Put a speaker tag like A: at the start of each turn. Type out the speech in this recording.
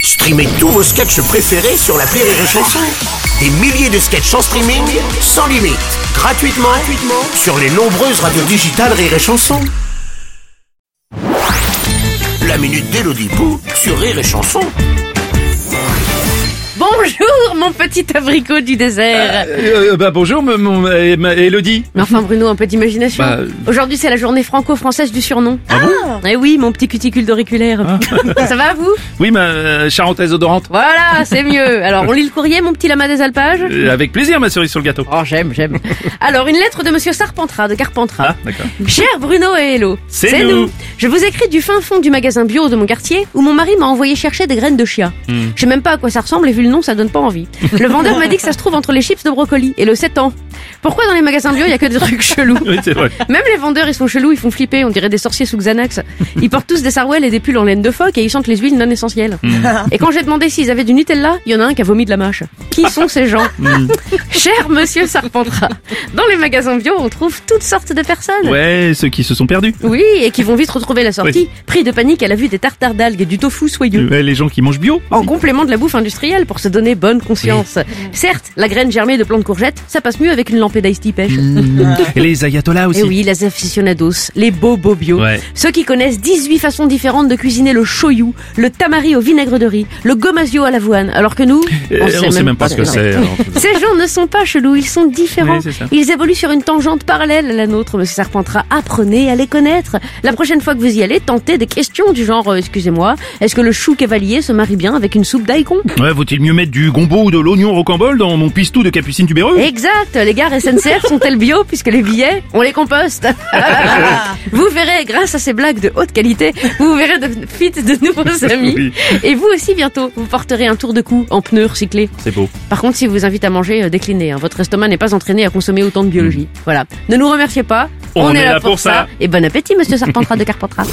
A: Streamez tous vos sketchs préférés sur la Rire et Chanson. Des milliers de sketchs en streaming, sans limite, gratuitement, gratuitement sur les nombreuses radios digitales Rire et Chanson. La minute d'Elodie Pou sur Rire et Chanson.
B: Bonjour mon petit abricot du désert
C: Euh, euh, bah, bonjour, m- mon, euh, ma- Elodie.
B: Mais enfin Bruno, un peu d'imagination.
C: Bah, euh.
B: Aujourd'hui c'est la journée franco-française du surnom. Ah bon Ah. Eh oui, mon petit cuticule d'auriculaire. Ça va vous
C: Oui, ma euh, charentaise odorante.
B: Voilà, c'est mieux. Alors on lit le courrier, mon petit lama des alpages
C: Euh, avec plaisir, ma cerise sur le gâteau.
B: Oh j'aime, j'aime. Alors une lettre de monsieur Sarpentra, de Carpentras.
C: Ah, d'accord.
B: Cher Bruno et Hello,
C: C'est nous.
B: Je vous écris du fin fond du magasin bio de mon quartier où mon mari m'a envoyé chercher des graines de chia.
C: Hmm.
B: Je sais même pas à quoi ça ressemble et vu le nom, ça donne pas envie. Le vendeur m'a dit que ça se trouve entre les chips de brocoli et le 7 ans. Pourquoi dans les magasins bio il y a que des trucs chelous
C: Oui, c'est vrai.
B: Même les vendeurs ils sont chelous, ils font flipper, on dirait des sorciers sous Xanax. Ils portent tous des sarouels et des pulls en laine de phoque et ils sentent les huiles non essentielles.
C: Hmm,
B: Et quand j'ai demandé s'ils avaient du Nutella, il y en a un qui a vomi de la mâche. Qui sont ces gens
C: hmm.
B: Cher monsieur Sarpentra, dans les magasins bio on trouve toutes sortes de personnes.
C: Ouais, ceux qui se sont perdus.
B: Oui, et qui vont vite retrouver la sortie, pris de panique à la vue des tartares d'algues et du tofu soyeux.
C: Ouais, les gens qui mangent bio.
B: En complément de la bouffe industrielle pour se donner bonne conscience. Certes, la graine germée de plantes courgettes, ça passe mieux avec une lampée d'ice tea pêche.
C: Et les ayatollahs aussi.
B: Et oui, les aficionados, les bobos bio.
C: Ouais.
B: Ceux qui connaissent 18 façons différentes de cuisiner le shoyu, le tamari au vinaigre de riz, le gomasio à l'avoine, alors que nous,
C: Euh, on sait même pas ce que
B: non.
C: c'est. hein. alors.
B: Ces gens ne sont pas chelous, ils sont différents.
C: Oui, c'est ça.
B: ils évoluent sur une tangente parallèle à la nôtre, monsieur Serpentra. Apprenez à les connaître. La prochaine fois que vous y allez, tentez des questions du genre, euh, excusez-moi, est-ce que le chou cavalier se marie bien avec une soupe daikon
C: Ouais, vaut-il mieux mettre du gombo ou de l'oignon rocambole dans mon pistou de capucine du Béreux
B: Exact, les gares SNCF sont-elles bio puisque les billets, on les composte. vous verrez, grâce à ces blagues de haute qualité, vous verrez de vite de nouveaux amis.
C: Eh Oui.
B: Et vous aussi bientôt, vous porterez un tour de cou en pneus recyclés.
C: C'est beau.
B: Par contre, si vous invite à manger, euh, déclinez. hein. Votre estomac n'est pas entraîné à consommer autant de biologie. Voilà. Ne nous remerciez pas.
C: Mm. On est là pour ça.
B: Et bon appétit, monsieur Serpentra de Carpentras.